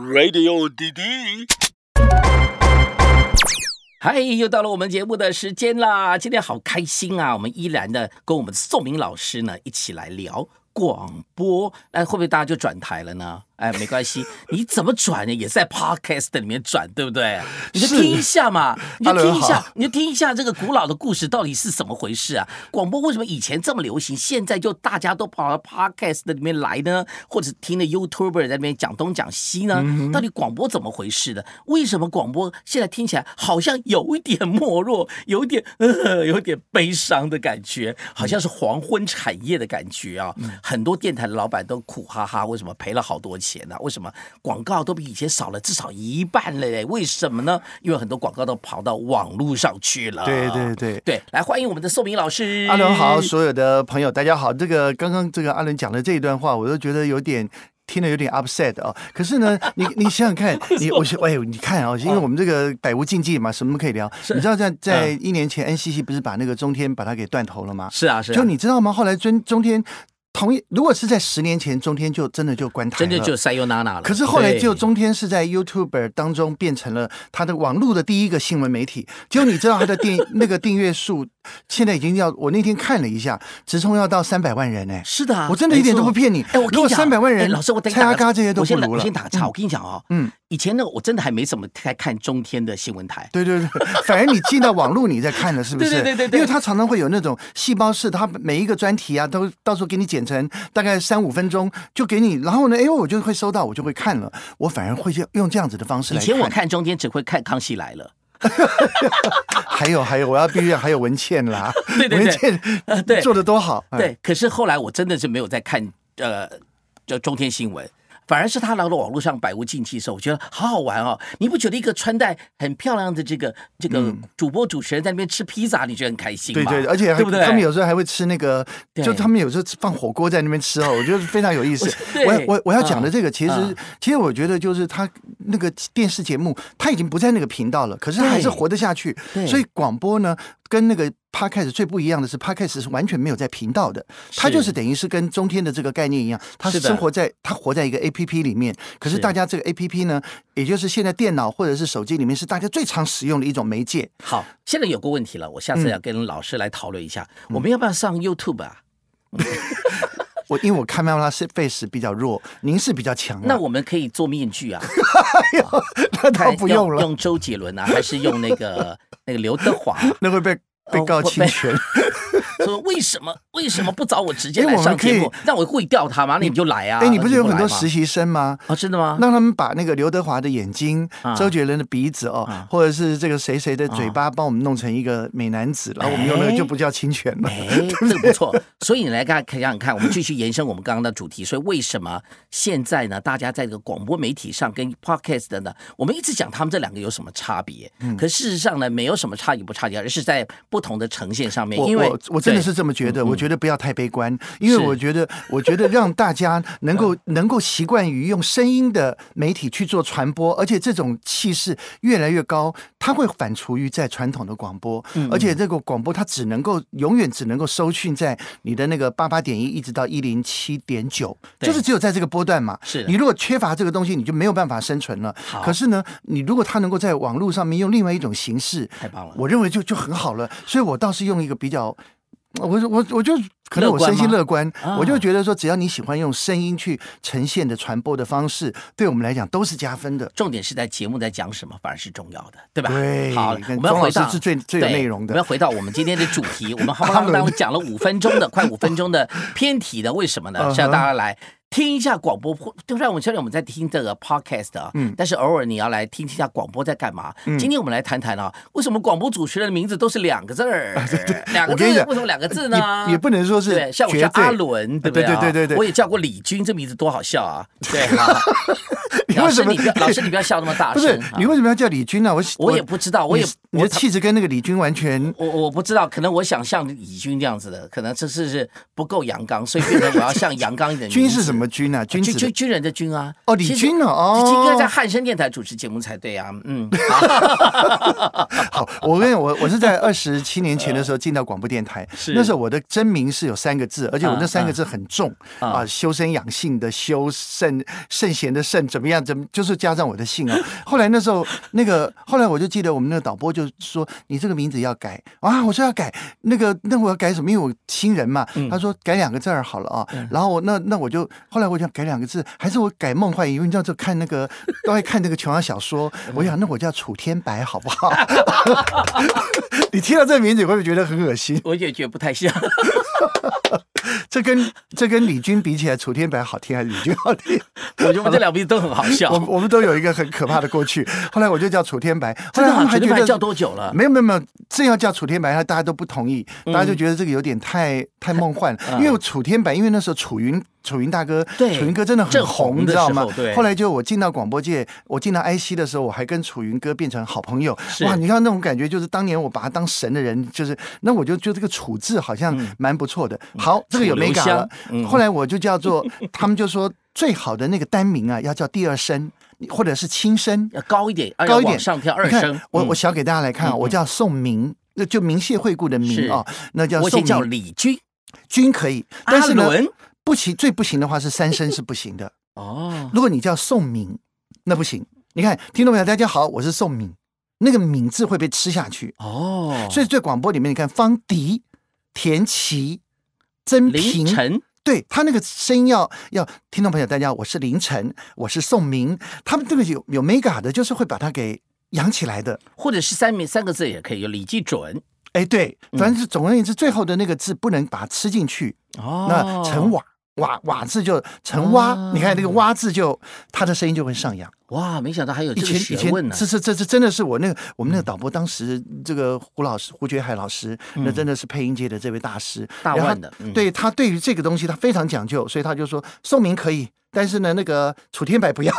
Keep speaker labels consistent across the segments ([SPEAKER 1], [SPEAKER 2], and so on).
[SPEAKER 1] Radio 滴滴。
[SPEAKER 2] 嗨，又到了我们节目的时间啦！今天好开心啊！我们依然的跟我们的宋明老师呢一起来聊广播，那、会不会大家就转台了呢？哎，没关 系，你怎么转呢？也是在 podcast 里面转，对不对？你就是听一下嘛， 你就
[SPEAKER 3] Hello，
[SPEAKER 2] 听一下
[SPEAKER 3] 好，
[SPEAKER 2] 你就听一下这个古老的故事到底是怎么回事啊？广播为什么以前这么流行，现在就大家都跑到 podcast 里面来呢？或者听了 YouTuber 在那边讲东讲西呢？
[SPEAKER 3] 嗯
[SPEAKER 2] 到底广播怎么回事的？为什么广播现在听起来好像有一点没落，有一点呃，有点悲伤的感觉，好像是黄昏产业的感觉啊？
[SPEAKER 3] 嗯
[SPEAKER 2] 很多电台的老板都苦哈哈，为什么赔了好多钱呢、为什么广告都比以前少了至少一半了嘞？为什么呢？因为很多广告都跑到网络上去了。
[SPEAKER 3] 对对对。
[SPEAKER 2] 对，来欢迎我们的宋明老师。
[SPEAKER 3] 啊阿伦
[SPEAKER 2] 嗯
[SPEAKER 3] 好，所有的朋友大家好。这个刚刚这个阿伦讲的这一段话，我都觉得有点。听了有点 upset 啊、可是 呢，你你想想看，你我哎呦，你看啊、因为我们这个百无禁忌嘛，什么都可以聊。你知道在在
[SPEAKER 2] 嗯
[SPEAKER 3] 一年前，NCC 不是把那个中天把它给断头了吗？
[SPEAKER 2] 是啊是啊，
[SPEAKER 3] 就你知道吗？后来中中天同一，如果是在十年前，中天就真的就关台
[SPEAKER 2] 真
[SPEAKER 3] 了，
[SPEAKER 2] 的就塞优娜娜了。
[SPEAKER 3] 可是后来，
[SPEAKER 2] 对
[SPEAKER 3] 只有中天是在 YouTuber 当中变成了他的网络的第一个新闻媒体。结果你知道他的订 那个订阅数，现在已经要我那天看了一下，直冲要到三百万人呢、
[SPEAKER 2] 是的啊，
[SPEAKER 3] 我真的一点都不骗你
[SPEAKER 2] 哎，我跟
[SPEAKER 3] 如
[SPEAKER 2] 你
[SPEAKER 3] 果
[SPEAKER 2] 讲，
[SPEAKER 3] 300万人
[SPEAKER 2] 哎老师，我等你
[SPEAKER 3] 蔡
[SPEAKER 2] 打
[SPEAKER 3] 阿
[SPEAKER 2] 个
[SPEAKER 3] 嘎这些都
[SPEAKER 2] 我先
[SPEAKER 3] 不
[SPEAKER 2] 打
[SPEAKER 3] 如
[SPEAKER 2] 我
[SPEAKER 3] 了
[SPEAKER 2] 先打个岔，我跟你讲哦，
[SPEAKER 3] 嗯，
[SPEAKER 2] 以前呢，我真的还没怎么太看中天的新闻台。
[SPEAKER 3] 对对对，反正你进到网络你在看了，是不 是？
[SPEAKER 2] 对对对对对
[SPEAKER 3] 因为他常常会有那种细胞式，他每一个专题啊，都到时候给你剪成大概三五分钟就给你，然后呢，哎呦，我就会收到，我就会看了，我反而会用这样子的方式
[SPEAKER 2] 以
[SPEAKER 3] 来
[SPEAKER 2] 前我看中天只会看《康熙来了
[SPEAKER 3] 还有还有，我要必须要还有文倩啦，
[SPEAKER 2] 对对对
[SPEAKER 3] 文倩、
[SPEAKER 2] 呃对
[SPEAKER 3] 做的多好，》，哎
[SPEAKER 2] 对，可是后来我真的是没有在看呃，就中天新闻。反而是他来到网络上百无禁忌的时候，我觉得好好玩哦！你不觉得一个穿戴很漂亮的这个这个主播主持人在那边吃披萨，你觉得很开心
[SPEAKER 3] 对
[SPEAKER 2] 吗？
[SPEAKER 3] 嗯对，而且还
[SPEAKER 2] 对不对？
[SPEAKER 3] 他们有时候还会吃那个，
[SPEAKER 2] 对
[SPEAKER 3] 就他们有时候放火锅在那 边吃哦，我觉得非常有意思
[SPEAKER 2] 对。
[SPEAKER 3] 我我我要讲的这个，其实、
[SPEAKER 2] 嗯
[SPEAKER 3] 其实我觉得就是他那个电视节目，他已经不在那个频道了，可是
[SPEAKER 2] 对
[SPEAKER 3] 还是活得下去
[SPEAKER 2] 对。
[SPEAKER 3] 所以广播呢，跟那个 podcast 最不一样的是，podcast 是完全没有在频道的，它
[SPEAKER 2] 是
[SPEAKER 3] 就是等于是跟中天的这个概念一样，它
[SPEAKER 2] 是的
[SPEAKER 3] 生活在它活在一个 APP 里面。可是
[SPEAKER 2] 是
[SPEAKER 3] 大家这个 APP 呢，也就是现在电脑或者是手机里面是大家最常使用的一种媒介。
[SPEAKER 2] 好，现在有个问题了，我下
[SPEAKER 3] 嗯
[SPEAKER 2] 次要跟老师来讨论一下，我们要不要上 YouTube 啊？
[SPEAKER 3] 我因为我看妈妈是 face 比较弱，您是比较强啊。
[SPEAKER 2] 那我们可以做面具啊，
[SPEAKER 3] 那倒
[SPEAKER 2] 看
[SPEAKER 3] 不用了，
[SPEAKER 2] 用周杰伦 啊，还是用那个那个刘德华、啊？
[SPEAKER 3] 那会被被
[SPEAKER 2] 哦
[SPEAKER 3] 告
[SPEAKER 2] 我
[SPEAKER 3] 侵权。
[SPEAKER 2] 说为什么为什么不找我直接
[SPEAKER 3] 哎
[SPEAKER 2] 来
[SPEAKER 3] 我们
[SPEAKER 2] 上
[SPEAKER 3] 可
[SPEAKER 2] 节
[SPEAKER 3] 以
[SPEAKER 2] 目？让我故意调他吗？那你就来啊！
[SPEAKER 3] 哎，你不是有很多实
[SPEAKER 2] 习
[SPEAKER 3] 习生吗？
[SPEAKER 2] 啊？真的吗？
[SPEAKER 3] 让他们把那个刘德华的眼睛
[SPEAKER 2] 啊、
[SPEAKER 3] 周杰伦的鼻子哦
[SPEAKER 2] 啊，
[SPEAKER 3] 或者是这个谁谁的嘴巴，帮我们弄成一个美男子，然后我们用那个就不叫侵权 了。
[SPEAKER 2] 哎，这个不错。所以你来看，想想看，我们继续延伸我们刚刚的主题。所以为什么现在呢？大家在这个广播媒体上跟 podcast 的呢，我们一直讲他们这两个有什么差别？
[SPEAKER 3] 嗯
[SPEAKER 2] 可事实上呢，没有什么差异不差异，而是在不同的呈现上面。
[SPEAKER 3] 我
[SPEAKER 2] 哎因为
[SPEAKER 3] 我我真的
[SPEAKER 2] 对嗯
[SPEAKER 3] 是这么觉得，我觉得不要太悲观，因为我觉得我觉得让大家能够
[SPEAKER 2] 嗯
[SPEAKER 3] 能够习惯于用声音的媒体去做传播，而且这种气势越来越高，它会反刍于在传统的广播，
[SPEAKER 2] 嗯
[SPEAKER 3] 而且这个广播它只能够永远只能够收讯在你的那个八八点一一直到一零七点九，
[SPEAKER 2] 对
[SPEAKER 3] 就是只有在这个波段嘛。
[SPEAKER 2] 是
[SPEAKER 3] 你如果缺乏这个东西，你就没有办法生存了
[SPEAKER 2] 好。
[SPEAKER 3] 可是呢，你如果它能够在网络上面用另外一种形式，
[SPEAKER 2] 太棒了。
[SPEAKER 3] 我认为就就很好了，所以我倒是用一个比较，我我我就可能我身心乐观，
[SPEAKER 2] 吗啊
[SPEAKER 3] 我就觉得说，只要你喜欢用声音去呈现的传播的方式，对我们来讲都是加分的。
[SPEAKER 2] 重点是在节目在讲什么，反而是重要的，对吧？
[SPEAKER 3] 对
[SPEAKER 2] 好，
[SPEAKER 3] 跟
[SPEAKER 2] 我们要
[SPEAKER 3] 庄
[SPEAKER 2] 回
[SPEAKER 3] 老师
[SPEAKER 2] 到
[SPEAKER 3] 是最最有
[SPEAKER 2] 对
[SPEAKER 3] 内容的
[SPEAKER 2] 我们要回到我们今天的主 题，我们浩浩荡荡讲了五分钟的，快五分钟的偏题的，为什么呢？
[SPEAKER 3] 嗯
[SPEAKER 2] 是要大家来。听一下广播，就让我们虽然我们在听这个 podcast 啊，
[SPEAKER 3] 嗯
[SPEAKER 2] 但是偶尔你要来听一下广播在干嘛。
[SPEAKER 3] 嗯
[SPEAKER 2] 今天我们来谈谈啊，为什么广播主持人的名字都是两个字 儿？两个
[SPEAKER 3] 我
[SPEAKER 2] 字
[SPEAKER 3] 跟你，讲
[SPEAKER 2] 为什么两个字呢？
[SPEAKER 3] 也也不能说是
[SPEAKER 2] 对，像我
[SPEAKER 3] 绝
[SPEAKER 2] 叫
[SPEAKER 3] 对
[SPEAKER 2] 阿伦，对不啊
[SPEAKER 3] 对对对对对
[SPEAKER 2] 我也叫过李军，这名字多好笑啊！对啊，
[SPEAKER 3] 你
[SPEAKER 2] 老
[SPEAKER 3] 为
[SPEAKER 2] 师
[SPEAKER 3] 什么
[SPEAKER 2] 你不要老师你不要笑那么大
[SPEAKER 3] 不
[SPEAKER 2] 声
[SPEAKER 3] 是
[SPEAKER 2] 啊，
[SPEAKER 3] 你为什么要叫李军呢、我
[SPEAKER 2] 我也不知道，我也
[SPEAKER 3] 你你的气质跟那个李军完全
[SPEAKER 2] 我我不知道，可能我想像以军这样子的，可能这是是不够阳刚，所以变成我要像阳刚一点。
[SPEAKER 3] 军是什么军啊？
[SPEAKER 2] 军
[SPEAKER 3] 君子
[SPEAKER 2] 军军人的军啊！
[SPEAKER 3] 哦李
[SPEAKER 2] 其实
[SPEAKER 3] 军哦哦
[SPEAKER 2] 应该在汉声电台主持节目才对啊。 嗯，
[SPEAKER 3] 好，我跟你我我 是在二十七年前的时候进到广播电台，
[SPEAKER 2] 是
[SPEAKER 3] 那时候我的真名是有三个字，而且我那
[SPEAKER 2] 啊
[SPEAKER 3] 三个字很重
[SPEAKER 2] 啊
[SPEAKER 3] 啊，修身养性的修，圣圣贤的圣，怎么样？怎么就是加上我的姓 哦。后来那时候那个后来我就记得我们那个导播就说你这个名字要改啊，我说要改那个那我要改什么？因为我新人嘛，
[SPEAKER 2] 嗯
[SPEAKER 3] 他说改两个字儿好了啊。然后我那那我就后来我想改两个字，还是我改梦幻，因为你知道就看那个都爱看那个琼瑶 小说，
[SPEAKER 2] 嗯
[SPEAKER 3] 我想那我叫楚天白好不好？你听到这个名字，你会不会觉得很恶心？
[SPEAKER 2] 我也觉得不太像。
[SPEAKER 3] 这跟这跟李军比起来，楚天白好听还是李军好听？
[SPEAKER 2] 我觉得我们这两名都 很好笑
[SPEAKER 3] 我。们我们都有一个很可怕的过去。后来我就叫楚天白，后
[SPEAKER 2] 真
[SPEAKER 3] 来
[SPEAKER 2] 的啊
[SPEAKER 3] 他
[SPEAKER 2] 好，
[SPEAKER 3] 们还
[SPEAKER 2] 觉
[SPEAKER 3] 觉
[SPEAKER 2] 得
[SPEAKER 3] 得
[SPEAKER 2] 叫多久了？嗯
[SPEAKER 3] 没有没有没有，正要叫楚天白，他大家都不同意，大家就觉得这个有点太太梦幻了。因为楚天白，因为那时候楚云楚云大哥，
[SPEAKER 2] 对
[SPEAKER 3] 楚云哥真的很
[SPEAKER 2] 正
[SPEAKER 3] 红，
[SPEAKER 2] 红
[SPEAKER 3] 你
[SPEAKER 2] 的
[SPEAKER 3] 知道吗
[SPEAKER 2] 时候对？
[SPEAKER 3] 后来就我进到广播界，我进到 IC 的时候，我还跟楚云哥变成好朋友。
[SPEAKER 2] 是
[SPEAKER 3] 哇，你看那种感觉，就是当年我把他当神的人，就是那我就觉得这个楚字好像蛮不错的。好，这个有
[SPEAKER 2] 嗯楚留
[SPEAKER 3] 美感
[SPEAKER 2] 香嗯
[SPEAKER 3] 了。后来我就叫做，他们就说最好的那个单名啊，要叫第二声或者是亲声。
[SPEAKER 2] 要高一点，啊
[SPEAKER 3] 高一
[SPEAKER 2] 要
[SPEAKER 3] 点
[SPEAKER 2] 往上跳二
[SPEAKER 3] 你看
[SPEAKER 2] 声。
[SPEAKER 3] 我
[SPEAKER 2] 嗯
[SPEAKER 3] 我想给大家来看啊，我叫宋明，那就明谢惠顾的明
[SPEAKER 2] 是
[SPEAKER 3] 啊，那叫
[SPEAKER 2] 我
[SPEAKER 3] 宋
[SPEAKER 2] 先叫
[SPEAKER 3] 明
[SPEAKER 2] 李军
[SPEAKER 3] 君可以，
[SPEAKER 2] 阿
[SPEAKER 3] 但是呢，
[SPEAKER 2] 伦。
[SPEAKER 3] 不行，最不行的话是三声是不行的。
[SPEAKER 2] 哦，
[SPEAKER 3] 如果你叫宋明，那不行。你看，听众朋友，大家好，我是宋明，那个敏字会被吃下去。
[SPEAKER 2] 哦，
[SPEAKER 3] 所以在广播里面，你看方迪、田琪、曾
[SPEAKER 2] 凌
[SPEAKER 3] 平，
[SPEAKER 2] 晨
[SPEAKER 3] 对他那个声音要要，听众朋友大家，我是凌晨，我是宋明，他们这个有有 mega 的，就是会把它给养起来的。
[SPEAKER 2] 或者是三名三个字也可以，有李济准。
[SPEAKER 3] 哎，对，
[SPEAKER 2] 嗯
[SPEAKER 3] 反正是总而言之，最后的那个字不能把它吃进去，
[SPEAKER 2] 哦
[SPEAKER 3] 那成瓦瓦瓦字就成蛙，
[SPEAKER 2] 啊
[SPEAKER 3] 你看那个蛙字就它的声音就会上扬。
[SPEAKER 2] 哇，没想到还有
[SPEAKER 3] 以
[SPEAKER 2] 这
[SPEAKER 3] 前
[SPEAKER 2] 个
[SPEAKER 3] 以
[SPEAKER 2] 学
[SPEAKER 3] 前
[SPEAKER 2] 问呢。嗯
[SPEAKER 3] 这是这是真的是我那个我们那个导播当时这个胡老师胡觉海老师，那真的是配音界的这位大师，
[SPEAKER 2] 嗯大
[SPEAKER 3] 然后
[SPEAKER 2] 腕的嗯
[SPEAKER 3] 对他对于这个东西他非常讲究，所以他就说宋明可以，但是呢那个楚天白不要。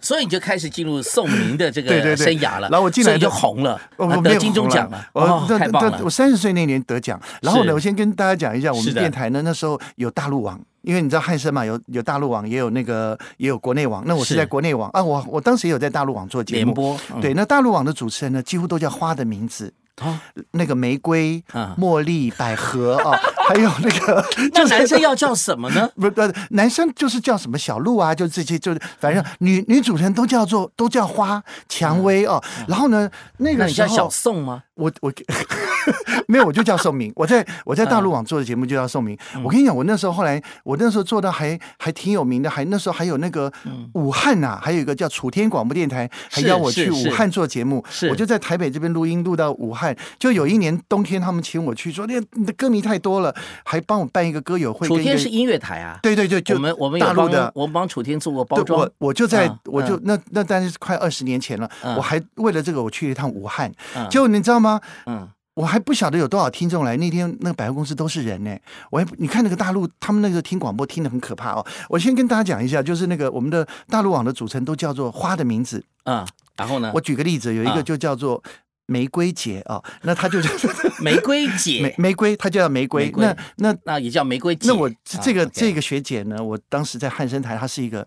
[SPEAKER 2] 所以你就开始进入宋明的这
[SPEAKER 3] 对对
[SPEAKER 2] 个
[SPEAKER 3] 对
[SPEAKER 2] 生涯了，
[SPEAKER 3] 然后我进来
[SPEAKER 2] 所以
[SPEAKER 3] 就
[SPEAKER 2] 就红了，
[SPEAKER 3] 我
[SPEAKER 2] 啊
[SPEAKER 3] 我哦没
[SPEAKER 2] 得
[SPEAKER 3] 有
[SPEAKER 2] 金钟
[SPEAKER 3] 红
[SPEAKER 2] 奖了，
[SPEAKER 3] 我
[SPEAKER 2] 哦，
[SPEAKER 3] 这
[SPEAKER 2] 太
[SPEAKER 3] 这
[SPEAKER 2] 棒
[SPEAKER 3] 这
[SPEAKER 2] 了
[SPEAKER 3] 我。三十岁那年得奖，然后呢，
[SPEAKER 2] 是
[SPEAKER 3] 我先跟大家讲一下我们
[SPEAKER 2] 是的
[SPEAKER 3] 电台呢，那时候有大陆网。因为你知道汉声嘛，有有大陆网，也有那个也有国内网。那我是
[SPEAKER 2] 是
[SPEAKER 3] 在国内网啊，我我当时也有在大陆网做节目
[SPEAKER 2] 联播嗯
[SPEAKER 3] 对，那大陆网的主持人呢，几乎都叫花的名字，
[SPEAKER 2] 啊，
[SPEAKER 3] 那个玫瑰、
[SPEAKER 2] 啊
[SPEAKER 3] 茉莉、百合啊，还有那个
[SPEAKER 2] 那男生要叫什么呢？
[SPEAKER 3] 不不，男生就是叫什么小鹿啊，就这些，就是反正女女主持人都叫做都叫花蔷薇哦。然后呢，那
[SPEAKER 2] 嗯那
[SPEAKER 3] 个
[SPEAKER 2] 你
[SPEAKER 3] 时
[SPEAKER 2] 叫
[SPEAKER 3] 候
[SPEAKER 2] 小宋吗？
[SPEAKER 3] 我我 没有，我就叫宋明。我在我在
[SPEAKER 2] 嗯
[SPEAKER 3] 大陆网做的节目就叫宋明。我跟你讲，我那时候后来，我那时候做的还还挺有名的，还那时候还有那个武汉呐、还有一个叫楚天广播电台，还
[SPEAKER 2] 嗯是
[SPEAKER 3] 邀我去
[SPEAKER 2] 是是
[SPEAKER 3] 武汉做节目。
[SPEAKER 2] 是
[SPEAKER 3] 我就在台北这边录音，录到武汉。就有一年冬天，他们请我去，说那你的歌迷太多了，还帮我办一个歌友会。
[SPEAKER 2] 楚
[SPEAKER 3] 跟一个
[SPEAKER 2] 天是音乐台啊，
[SPEAKER 3] 对对对，就
[SPEAKER 2] 我们我们
[SPEAKER 3] 大
[SPEAKER 2] 有
[SPEAKER 3] 陆
[SPEAKER 2] 帮
[SPEAKER 3] 的。
[SPEAKER 2] 我们帮楚天做过包
[SPEAKER 3] 对，
[SPEAKER 2] 装
[SPEAKER 3] 我，我就在，
[SPEAKER 2] 嗯
[SPEAKER 3] 我就
[SPEAKER 2] 嗯
[SPEAKER 3] 那那，但是快二十年前了，
[SPEAKER 2] 嗯
[SPEAKER 3] 我还为了这个我去了一趟武汉，
[SPEAKER 2] 嗯
[SPEAKER 3] 结果你知道吗？
[SPEAKER 2] 嗯，
[SPEAKER 3] 我还不晓得有多少听众来。那天那个百货公司都是人呢、我还你看那个大陆，他们那个听广播听得很可怕哦。我先跟大家讲一下，就是那个我们的大陆网的主持人都叫做花的名字。
[SPEAKER 2] 嗯，然后呢
[SPEAKER 3] 我？举个例子，有一个
[SPEAKER 2] 啊
[SPEAKER 3] 就叫做玫瑰姐啊、哦，那她就是
[SPEAKER 2] 玫瑰
[SPEAKER 3] 玫
[SPEAKER 2] 姐，
[SPEAKER 3] 玫瑰，她就叫玫瑰。
[SPEAKER 2] 玫瑰
[SPEAKER 3] 那那
[SPEAKER 2] 那也叫玫瑰姐。
[SPEAKER 3] 那我这个、
[SPEAKER 2] 啊，OK
[SPEAKER 3] 这个学姐呢，我当时在汉声台，她是一个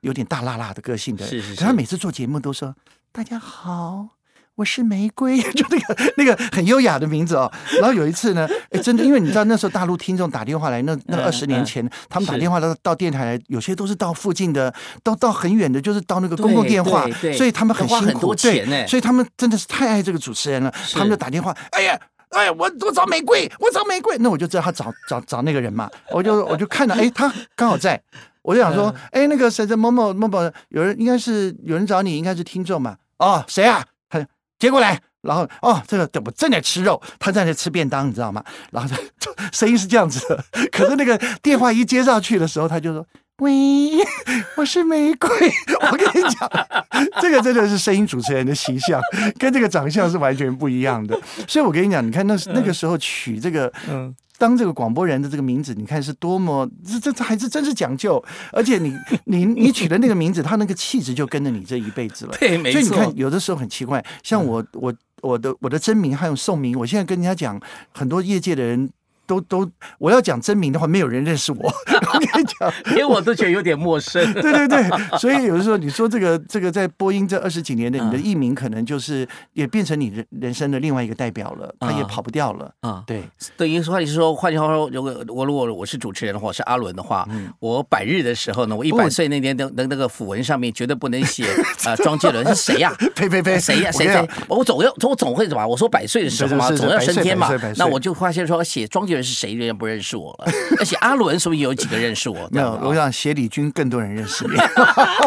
[SPEAKER 3] 有点大辣辣的个性的人，
[SPEAKER 2] 是是是
[SPEAKER 3] 可她每次做节目都说：“大家好。”我是玫瑰， 就那个那个很优雅的名字哦。然后有一次呢，哎，真的，因为你知道那时候大陆听众打电话来，那那
[SPEAKER 2] 嗯
[SPEAKER 3] 二十年
[SPEAKER 2] 嗯
[SPEAKER 3] 前、他们打
[SPEAKER 2] 是
[SPEAKER 3] 电话到到电台来，有些都是到附近的，都到很远的，就是到那个公共
[SPEAKER 2] 对
[SPEAKER 3] 电话
[SPEAKER 2] 对，对
[SPEAKER 3] 所以他们很
[SPEAKER 2] 要花
[SPEAKER 3] 辛
[SPEAKER 2] 很
[SPEAKER 3] 苦，
[SPEAKER 2] 多
[SPEAKER 3] 对，
[SPEAKER 2] 钱呢
[SPEAKER 3] 所以他们真的是太爱这个主持人了，
[SPEAKER 2] 是
[SPEAKER 3] 他们就打电话，哎呀。哎呀，我我找玫瑰，我找玫瑰，那我就知道他找找找那个人嘛，我就我就看到，哎，他刚好在，我就想说，哎，那个谁谁某某某某，有人应该是有人找你，应该是听众嘛，哦，谁啊？他就接过来，然后哦，这个我正在吃肉，他在那吃便当，你知道吗？然后他就 声音是这样子的，可是那个电话一接上去的时候，他就说。喂， 我是玫瑰。我跟你讲，这个真的是声音主持人的形象，跟这个长相是完全不一样的。所以我跟你讲，你看那那个时候取这个，
[SPEAKER 2] 嗯
[SPEAKER 3] 当这个广播人的这个名字，你看是多么这这这还是真是讲究，而且你你你取的那个名字，他那个气质就跟着你这一辈子了。
[SPEAKER 2] 对，没
[SPEAKER 3] 所以你看
[SPEAKER 2] 错，，嗯
[SPEAKER 3] 有的时候很奇怪，像我我我的我的真名还有宋名，我现在跟人家讲，很多业界的人都都，我要讲真名的话，没有人认识我。 我跟你讲，
[SPEAKER 2] 连我都觉得有点陌 生。
[SPEAKER 3] 对对对，所以有的时候你说这个这个在播音这二十几年的你的
[SPEAKER 2] 嗯
[SPEAKER 3] 艺名，可能就是也变成你人人生的另外一个代表了，他也
[SPEAKER 2] 嗯
[SPEAKER 3] 跑不掉了。
[SPEAKER 2] 啊，
[SPEAKER 3] 对，
[SPEAKER 2] 等于说，换句话说，换句话说，如果我如果我是主持人的话，我是阿伦的话，我百日的时候呢，我一
[SPEAKER 3] 嗯不过
[SPEAKER 2] 百岁那天的那那个符文上面绝对不能 写啊庄介伦是谁呀？
[SPEAKER 3] 呸呸呸，
[SPEAKER 2] 哎谁呀、
[SPEAKER 3] 我
[SPEAKER 2] 谁
[SPEAKER 3] 跟你
[SPEAKER 2] 谁
[SPEAKER 3] 讲？
[SPEAKER 2] 我总要我总会怎么？我说百岁的时候嘛，
[SPEAKER 3] 是是是
[SPEAKER 2] 总要升天嘛
[SPEAKER 3] 百岁百岁百。岁
[SPEAKER 2] 那我就发现说，写庄介伦是谁，人家不认识 我了。而且阿伦说不定有几个认识我？这
[SPEAKER 3] 没有
[SPEAKER 2] 样，子啊
[SPEAKER 3] 我想写李军更多人认识你。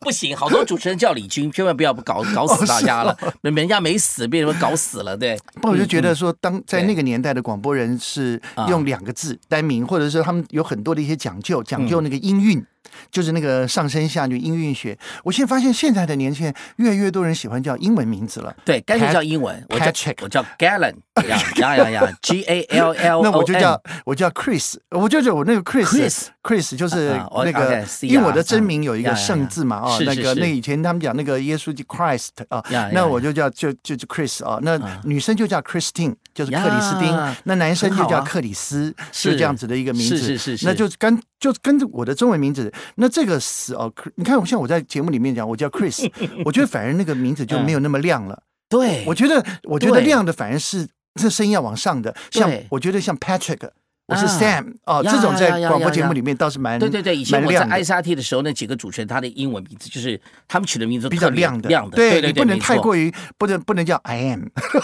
[SPEAKER 2] 不行，好多主持人叫李军，千万不要搞搞死大家 了。人人家没死，被人们搞死了，对。
[SPEAKER 3] 不，我就觉得说，当在
[SPEAKER 2] 对
[SPEAKER 3] 那个年代的广播人是用两个字单名，或者是他们有很多的一些讲
[SPEAKER 2] 嗯
[SPEAKER 3] 究，讲究那个音韵，就是那个上升下去音韵学。我现在发现现在的年轻人越来越多人喜欢叫英文名字了。
[SPEAKER 2] 对，干脆
[SPEAKER 3] Pat-
[SPEAKER 2] 叫英文，我叫
[SPEAKER 3] Patrick
[SPEAKER 2] 我叫 Gallon，呀呀呀呀，G A L L O N，
[SPEAKER 3] 那我就叫我叫 Chris，我就叫我那个
[SPEAKER 2] Chris
[SPEAKER 3] Chris Chris 就是
[SPEAKER 2] 啊我
[SPEAKER 3] 那个
[SPEAKER 2] OK，，
[SPEAKER 3] 因为我
[SPEAKER 2] CR
[SPEAKER 3] 的真名有一
[SPEAKER 2] 嗯呀
[SPEAKER 3] 个
[SPEAKER 2] 呀呀
[SPEAKER 3] 圣字嘛哦
[SPEAKER 2] 是，
[SPEAKER 3] 那
[SPEAKER 2] 是
[SPEAKER 3] 个
[SPEAKER 2] 是
[SPEAKER 3] 那以前他们讲那个耶稣基 Christ 啊
[SPEAKER 2] 呀呀，
[SPEAKER 3] 那
[SPEAKER 2] 呀
[SPEAKER 3] 我就叫就就就 Chris 啊，那女生就叫 Christine，就是克里斯
[SPEAKER 2] 呀
[SPEAKER 3] 汀，那男生就
[SPEAKER 2] 很好
[SPEAKER 3] 叫
[SPEAKER 2] 啊
[SPEAKER 3] 克里斯，
[SPEAKER 2] 是
[SPEAKER 3] 是这样子的一个名字，
[SPEAKER 2] 是是是是
[SPEAKER 3] 那就跟就跟着我的中文名字，那这个是哦，你看我像我在节目里面讲，我 叫 Chris，我觉得反而那个名字就没有
[SPEAKER 2] 嗯
[SPEAKER 3] 那么亮了。
[SPEAKER 2] 对，
[SPEAKER 3] 我觉得，我觉得
[SPEAKER 2] 对
[SPEAKER 3] 亮的反而是这声音要往上的，像
[SPEAKER 2] 对
[SPEAKER 3] 我觉得像 Patrick，我是
[SPEAKER 2] 啊
[SPEAKER 3] Sam 哦，
[SPEAKER 2] 呀
[SPEAKER 3] 这种
[SPEAKER 2] 呀
[SPEAKER 3] 在
[SPEAKER 2] 呀
[SPEAKER 3] 广播
[SPEAKER 2] 呀
[SPEAKER 3] 节目
[SPEAKER 2] 呀
[SPEAKER 3] 里面倒是蛮
[SPEAKER 2] 对对对，以前
[SPEAKER 3] 蛮
[SPEAKER 2] 我在
[SPEAKER 3] 亮的
[SPEAKER 2] SRT 的时候，那几个主持人他的英文名字就是他们取的名字都
[SPEAKER 3] 比较
[SPEAKER 2] 特别
[SPEAKER 3] 亮的，
[SPEAKER 2] 亮的，
[SPEAKER 3] 对
[SPEAKER 2] 对对
[SPEAKER 3] 你不
[SPEAKER 2] 对，
[SPEAKER 3] 能
[SPEAKER 2] 没
[SPEAKER 3] 太
[SPEAKER 2] 错
[SPEAKER 3] 过于不能不能叫 I am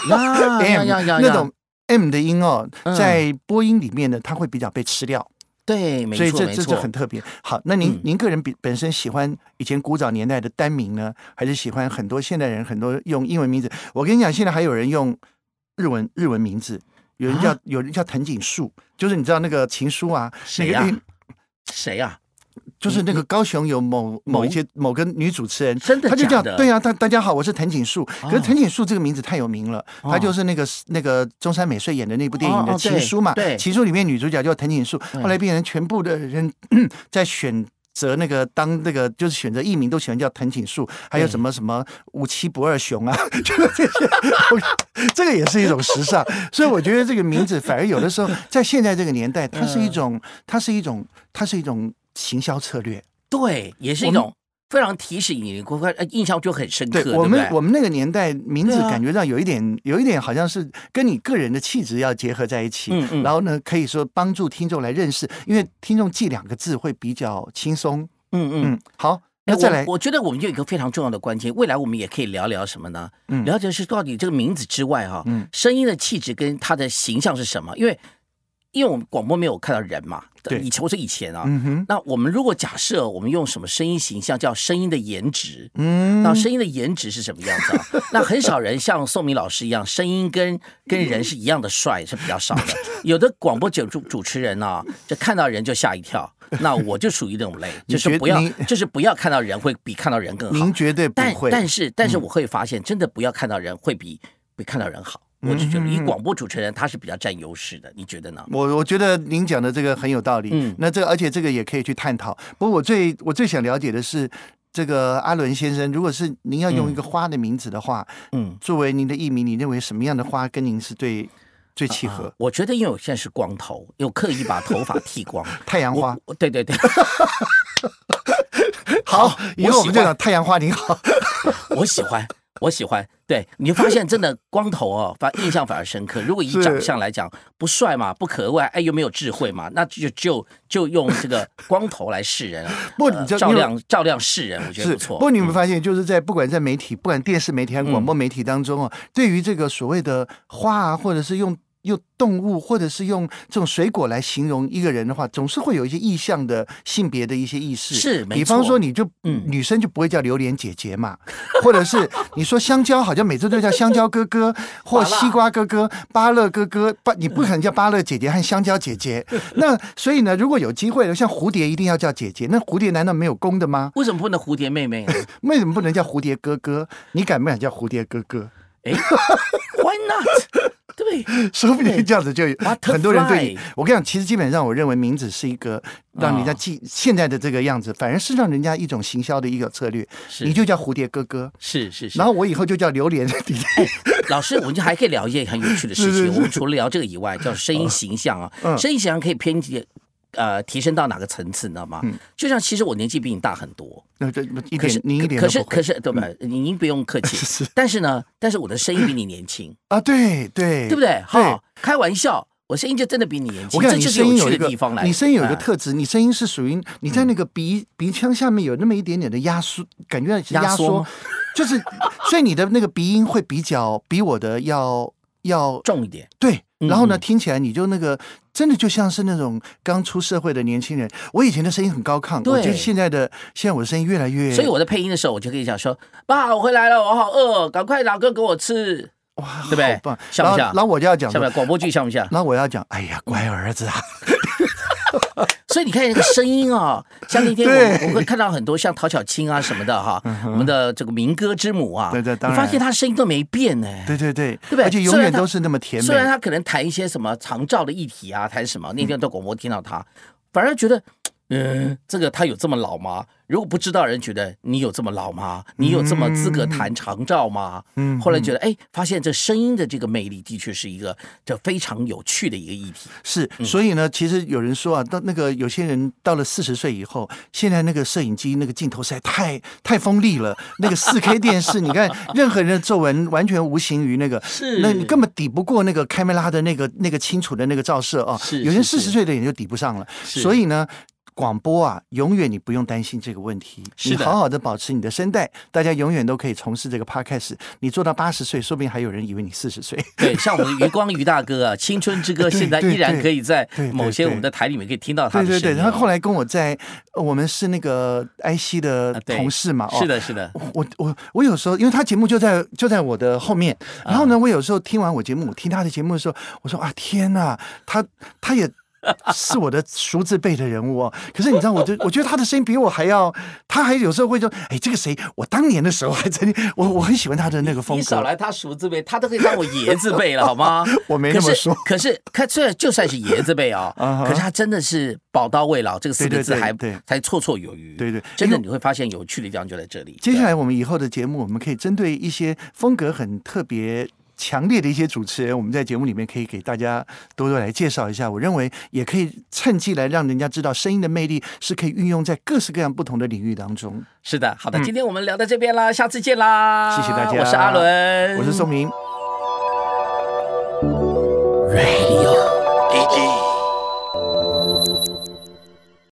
[SPEAKER 2] 呀呀
[SPEAKER 3] M
[SPEAKER 2] 呀呀，
[SPEAKER 3] 那种 M 的音哦
[SPEAKER 2] 嗯，
[SPEAKER 3] 在播音里面呢，它会比较被吃掉，
[SPEAKER 2] 对，没
[SPEAKER 3] 所以
[SPEAKER 2] 错
[SPEAKER 3] 这
[SPEAKER 2] 没
[SPEAKER 3] 这这
[SPEAKER 2] 错
[SPEAKER 3] 很。特别。好，那您
[SPEAKER 2] 嗯
[SPEAKER 3] 您个人比本身喜欢以前古早年代的单名呢，还是喜欢很多现代人很多用英文名字？我跟你讲，现在还有人用日文日文名字，有人叫
[SPEAKER 2] 啊
[SPEAKER 3] 有人叫藤井树，就是你知道那个情书啊，那
[SPEAKER 2] 谁
[SPEAKER 3] 个
[SPEAKER 2] 呀
[SPEAKER 3] 因
[SPEAKER 2] 谁啊呀？
[SPEAKER 3] 就是那个高雄有某
[SPEAKER 2] 某
[SPEAKER 3] 某一些某个女主持人，
[SPEAKER 2] 真的
[SPEAKER 3] 她就
[SPEAKER 2] 假
[SPEAKER 3] 叫
[SPEAKER 2] 的
[SPEAKER 3] 对啊，大大家好，我是藤井树。可是藤井树这个名字太有名了，
[SPEAKER 2] 哦
[SPEAKER 3] 她就是那个那个中山美穗演的那部电影
[SPEAKER 2] 哦
[SPEAKER 3] 的
[SPEAKER 2] 哦对
[SPEAKER 3] 情书嘛，
[SPEAKER 2] 对
[SPEAKER 3] 情书里面女主角叫藤井树，
[SPEAKER 2] 对
[SPEAKER 3] 后来变成全部的人 在选。择那个当那个就是选择艺名都喜欢叫藤井树，还有
[SPEAKER 2] 对
[SPEAKER 3] 什么什么五七不二雄啊， 就是这些，我这个也是一种时尚。所以我觉得这个名字反而有的时候在现在这个年代，它是一种它是一种它是一种行销策略。
[SPEAKER 2] 对，也是一
[SPEAKER 3] 我们
[SPEAKER 2] 种非常提醒你，快快，呃印象就很深刻，
[SPEAKER 3] 对
[SPEAKER 2] 对
[SPEAKER 3] 我
[SPEAKER 2] 不
[SPEAKER 3] 们
[SPEAKER 2] 对？
[SPEAKER 3] 我们那个年代名字
[SPEAKER 2] 对啊
[SPEAKER 3] 感觉上有一点、有一点好像是跟你个人的气质要结合在一起，
[SPEAKER 2] 嗯嗯
[SPEAKER 3] 然后呢可以说帮助听众来认识，因为听众记两个字会比较轻松。
[SPEAKER 2] 嗯嗯。
[SPEAKER 3] 嗯，好，那
[SPEAKER 2] 哎
[SPEAKER 3] 再来
[SPEAKER 2] 我，我觉得我们有一个非常重要的关键，未来我们也可以聊聊什么呢？
[SPEAKER 3] 嗯
[SPEAKER 2] 聊的是到底这个名字之外哈、
[SPEAKER 3] 嗯
[SPEAKER 2] 声音的气质跟它的形象是什么？因为因为我们广播没有看到人嘛，
[SPEAKER 3] 对
[SPEAKER 2] 以前我说以前啊，
[SPEAKER 3] 嗯哼，
[SPEAKER 2] 那我们如果假设我们用什么声音形象叫声音的颜值，
[SPEAKER 3] 嗯，
[SPEAKER 2] 那声音的颜值是什么样子啊？那很少人像宋明老师一样，声音跟跟人是一样的帅，是比较少的。有的广播节目主主持人啊，就看到人就吓一跳。那我就属于那种类，
[SPEAKER 3] 你
[SPEAKER 2] 就
[SPEAKER 3] 觉
[SPEAKER 2] 是
[SPEAKER 3] 得
[SPEAKER 2] 不要
[SPEAKER 3] 你，
[SPEAKER 2] 就是不要看到人会比看到人更好
[SPEAKER 3] 您。绝对不
[SPEAKER 2] 但
[SPEAKER 3] 会，
[SPEAKER 2] 但是但是我会发现，真的不要看到人会比比看到人好。我就觉得，以广播主持人他是比较占优势的，你觉得呢？
[SPEAKER 3] 我我觉得您讲的这个很有道理，
[SPEAKER 2] 嗯
[SPEAKER 3] 那这而且这个也可以去探讨。不过我最我最想了解的是，这个阿伦先生，如果是您要用一个花的名字的话，
[SPEAKER 2] 嗯。
[SPEAKER 3] 作为您的艺名，你认为什么样的花跟您是最最契合？
[SPEAKER 2] 啊我觉得因为我现在是光头，又刻意把头发剃光，
[SPEAKER 3] 太阳花
[SPEAKER 2] 我，我对对对，
[SPEAKER 3] 好，以后我
[SPEAKER 2] 喜
[SPEAKER 3] 们就
[SPEAKER 2] 欢
[SPEAKER 3] 讲太阳花，您好，
[SPEAKER 2] 我喜欢，我喜欢。对，你发现真的光头哦，反印象反而深刻。如果以
[SPEAKER 3] 是，
[SPEAKER 2] 长相来讲，不帅嘛，不可爱，哎，又没有智慧嘛，那就就就用这个光头来示人啊
[SPEAKER 3] 不你知道
[SPEAKER 2] 照
[SPEAKER 3] 因为
[SPEAKER 2] 亮照亮世人，我觉得
[SPEAKER 3] 是
[SPEAKER 2] 不。错。嗯
[SPEAKER 3] 不过你们发现，就是在不管在媒体，不管电视媒体还是广播媒体当中哦，对于这个所谓的花啊，或者是用。用动物或者是用这种水果来形容一个人的话，总是会有一些意向的性别的一些意识。
[SPEAKER 2] 是没
[SPEAKER 3] 比方
[SPEAKER 2] 错
[SPEAKER 3] 说你就、
[SPEAKER 2] 嗯
[SPEAKER 3] 女生就不会叫榴莲姐姐嘛，或者是你说香蕉，好像每次都叫香蕉哥 哥或
[SPEAKER 2] 芭乐
[SPEAKER 3] 西瓜哥哥、芭乐哥哥，不，你不可能叫芭乐姐姐和香蕉姐 姐。那所以呢，如果有机会了，像蝴蝶一定要叫姐姐，那蝴蝶难道没有公的吗？
[SPEAKER 2] 为什么不能蝴蝶妹妹呢？
[SPEAKER 3] 为什么不能叫蝴蝶哥哥？你敢不敢叫蝴蝶哥哥？
[SPEAKER 2] 哎，Why not？对，
[SPEAKER 3] 说不定这样子就有
[SPEAKER 2] Butterfly
[SPEAKER 3] 很多人对你。我跟你讲，其实基本上我认为名字是一个让人家
[SPEAKER 2] 啊
[SPEAKER 3] 记现在的这个样子，反而是让人家一种行销的一个策略。
[SPEAKER 2] 是
[SPEAKER 3] 你就叫蝴蝶哥哥，
[SPEAKER 2] 是是是
[SPEAKER 3] 然。后我以后就叫榴莲弟弟。
[SPEAKER 2] 老师，我们就还可以聊一件很有趣的事
[SPEAKER 3] 是是
[SPEAKER 2] 情。
[SPEAKER 3] 是
[SPEAKER 2] 我们除了聊这个以外，叫声音形象啊，
[SPEAKER 3] 嗯
[SPEAKER 2] 声音形象可以偏呃提升到哪个层次，你知道吗？
[SPEAKER 3] 嗯
[SPEAKER 2] 就像其实我年纪比你大很多，
[SPEAKER 3] 那这一
[SPEAKER 2] 可
[SPEAKER 3] 点
[SPEAKER 2] 是
[SPEAKER 3] 你一点
[SPEAKER 2] 可
[SPEAKER 3] 都
[SPEAKER 2] 是
[SPEAKER 3] 不会嗯
[SPEAKER 2] 可是对吧？你您不用客气，
[SPEAKER 3] 是是
[SPEAKER 2] 但是呢，但是我的声音比你年轻，
[SPEAKER 3] 啊，对对
[SPEAKER 2] 对不对？哈，开玩笑，我声音就真的比你年轻，
[SPEAKER 3] 我跟
[SPEAKER 2] 这
[SPEAKER 3] 你
[SPEAKER 2] 就
[SPEAKER 3] 讲，
[SPEAKER 2] 是
[SPEAKER 3] 你声音
[SPEAKER 2] 趣
[SPEAKER 3] 一
[SPEAKER 2] 的
[SPEAKER 3] 个
[SPEAKER 2] 地方来。
[SPEAKER 3] 你声音有一个
[SPEAKER 2] 哎
[SPEAKER 3] 特质，你声音是属于你在那个鼻、鼻腔下面有那么一点点的压缩，感觉是
[SPEAKER 2] 压
[SPEAKER 3] 压
[SPEAKER 2] 缩
[SPEAKER 3] 缩
[SPEAKER 2] 吗，
[SPEAKER 3] 就是所以你的那个鼻音会比较比我的要要
[SPEAKER 2] 重一点，
[SPEAKER 3] 对，然后呢，
[SPEAKER 2] 嗯
[SPEAKER 3] 听起来你就那个真的就像是那种刚出社会的年轻人。我以前的声音很高亢，
[SPEAKER 2] 对
[SPEAKER 3] 我觉得现在的现在我的声音越来越，
[SPEAKER 2] 所以我在配音的时候，我就可以讲说：“爸，我回来了，我好饿，赶快拿个给我吃，
[SPEAKER 3] 哇，
[SPEAKER 2] 对不对
[SPEAKER 3] 好棒，
[SPEAKER 2] 像不
[SPEAKER 3] 然后
[SPEAKER 2] 像
[SPEAKER 3] 然后我就要讲
[SPEAKER 2] 像不
[SPEAKER 3] 说，
[SPEAKER 2] 像？广播剧像 不像？”
[SPEAKER 3] 然后我要讲，哎呀，乖儿子啊，
[SPEAKER 2] 所以你看那个声音啊，像那天
[SPEAKER 3] 对嗯
[SPEAKER 2] 我我会看到很多像陶小青啊什么的哈，我们的这个民歌之母啊，
[SPEAKER 3] 对对当
[SPEAKER 2] 你
[SPEAKER 3] 然
[SPEAKER 2] 发现她声音都没变呢、
[SPEAKER 3] 对对对，
[SPEAKER 2] 不对
[SPEAKER 3] 而且永
[SPEAKER 2] 虽然
[SPEAKER 3] 远
[SPEAKER 2] 他
[SPEAKER 3] 都是那么甜美嗯
[SPEAKER 2] 虽。然她可能谈一些什么长照的议题啊，谈什么，那天在广播听到她，反而觉得。嗯，这个她有这么老吗？如果不知道的人觉得你有这么老吗？你有这么资格谈长照吗？
[SPEAKER 3] 嗯
[SPEAKER 2] 后来觉得哎，发现这声音的这个魅力的确是一个这非常有趣的一个议题。
[SPEAKER 3] 是，所以呢，其实有人说啊，到那个有些人到了四十岁以后，现在那个摄影机那个镜头实在太太锋利了，那个四 K 电视，你看任何人的皱纹完全无形于那个，
[SPEAKER 2] 是
[SPEAKER 3] 那你根本抵不过那个开梅拉的那个那个清楚的那个照射啊。
[SPEAKER 2] 是
[SPEAKER 3] 有些
[SPEAKER 2] 是
[SPEAKER 3] 四
[SPEAKER 2] 是
[SPEAKER 3] 十岁的人就抵不上了，
[SPEAKER 2] 是
[SPEAKER 3] 所以呢。广播啊，永远你不用担心这个问题，
[SPEAKER 2] 是
[SPEAKER 3] 你
[SPEAKER 2] 的
[SPEAKER 3] 好好的保持你的声带，大家永远都可以从事这个 podcast。你做到八十岁，说不定还有人以为你四十岁。
[SPEAKER 2] 对，像我们余光于大哥啊，《青春之歌》
[SPEAKER 3] 对
[SPEAKER 2] 现在依然
[SPEAKER 3] 对
[SPEAKER 2] 可以在
[SPEAKER 3] 对对
[SPEAKER 2] 某些
[SPEAKER 3] 对
[SPEAKER 2] 我们的台里面可以听到他
[SPEAKER 3] 对
[SPEAKER 2] 的声
[SPEAKER 3] 对
[SPEAKER 2] 音。
[SPEAKER 3] 对，他后
[SPEAKER 2] 来
[SPEAKER 3] 来跟我在，呃我们是那个 IC 的
[SPEAKER 2] 啊对
[SPEAKER 3] 同事嘛，
[SPEAKER 2] 是
[SPEAKER 3] 的。
[SPEAKER 2] 的，是的，
[SPEAKER 3] 我我我有时候，因为他节目就在就在我的后面，
[SPEAKER 2] 啊
[SPEAKER 3] 然后呢，我有时候听完我节目，我听他的节目的时候，我说啊天呐，他他也是我的熟字辈的人物哦。 可是你知道，我就我觉得他的声音比我还要，他还有时候会说，哎，这个谁，我当年的时候还真，我我很喜欢他的那个风
[SPEAKER 2] 你少
[SPEAKER 3] 格。
[SPEAKER 2] 来他叔字辈，他都可以当我爷字辈 了，好吗？
[SPEAKER 3] 我没那么说
[SPEAKER 2] 可是，可是他虽然就算是爷字辈啊、
[SPEAKER 3] 啊哈
[SPEAKER 2] 可是他真的是宝刀未老，这个四
[SPEAKER 3] 对
[SPEAKER 2] 个
[SPEAKER 3] 对
[SPEAKER 2] 字
[SPEAKER 3] 对
[SPEAKER 2] 还
[SPEAKER 3] 对
[SPEAKER 2] 才绰绰有余。
[SPEAKER 3] 对对
[SPEAKER 2] 真的
[SPEAKER 3] 因
[SPEAKER 2] 你
[SPEAKER 3] 为
[SPEAKER 2] 会发现有趣的地方就在这里。
[SPEAKER 3] 接下
[SPEAKER 2] 对
[SPEAKER 3] 来我们以后的节目，我们可以针对一些风格很特别。强烈的一些主持人，我们在节目里面可以给大家多多来介绍一下。我认为也可以趁机来让人家知道声音的魅力是可以运用在各式各样不同的领域当中。
[SPEAKER 2] 是的，好的，今天我们聊到这边啦，下次见啦，
[SPEAKER 3] 嗯谢谢大家
[SPEAKER 2] 我是阿伦，
[SPEAKER 3] 我是宋明。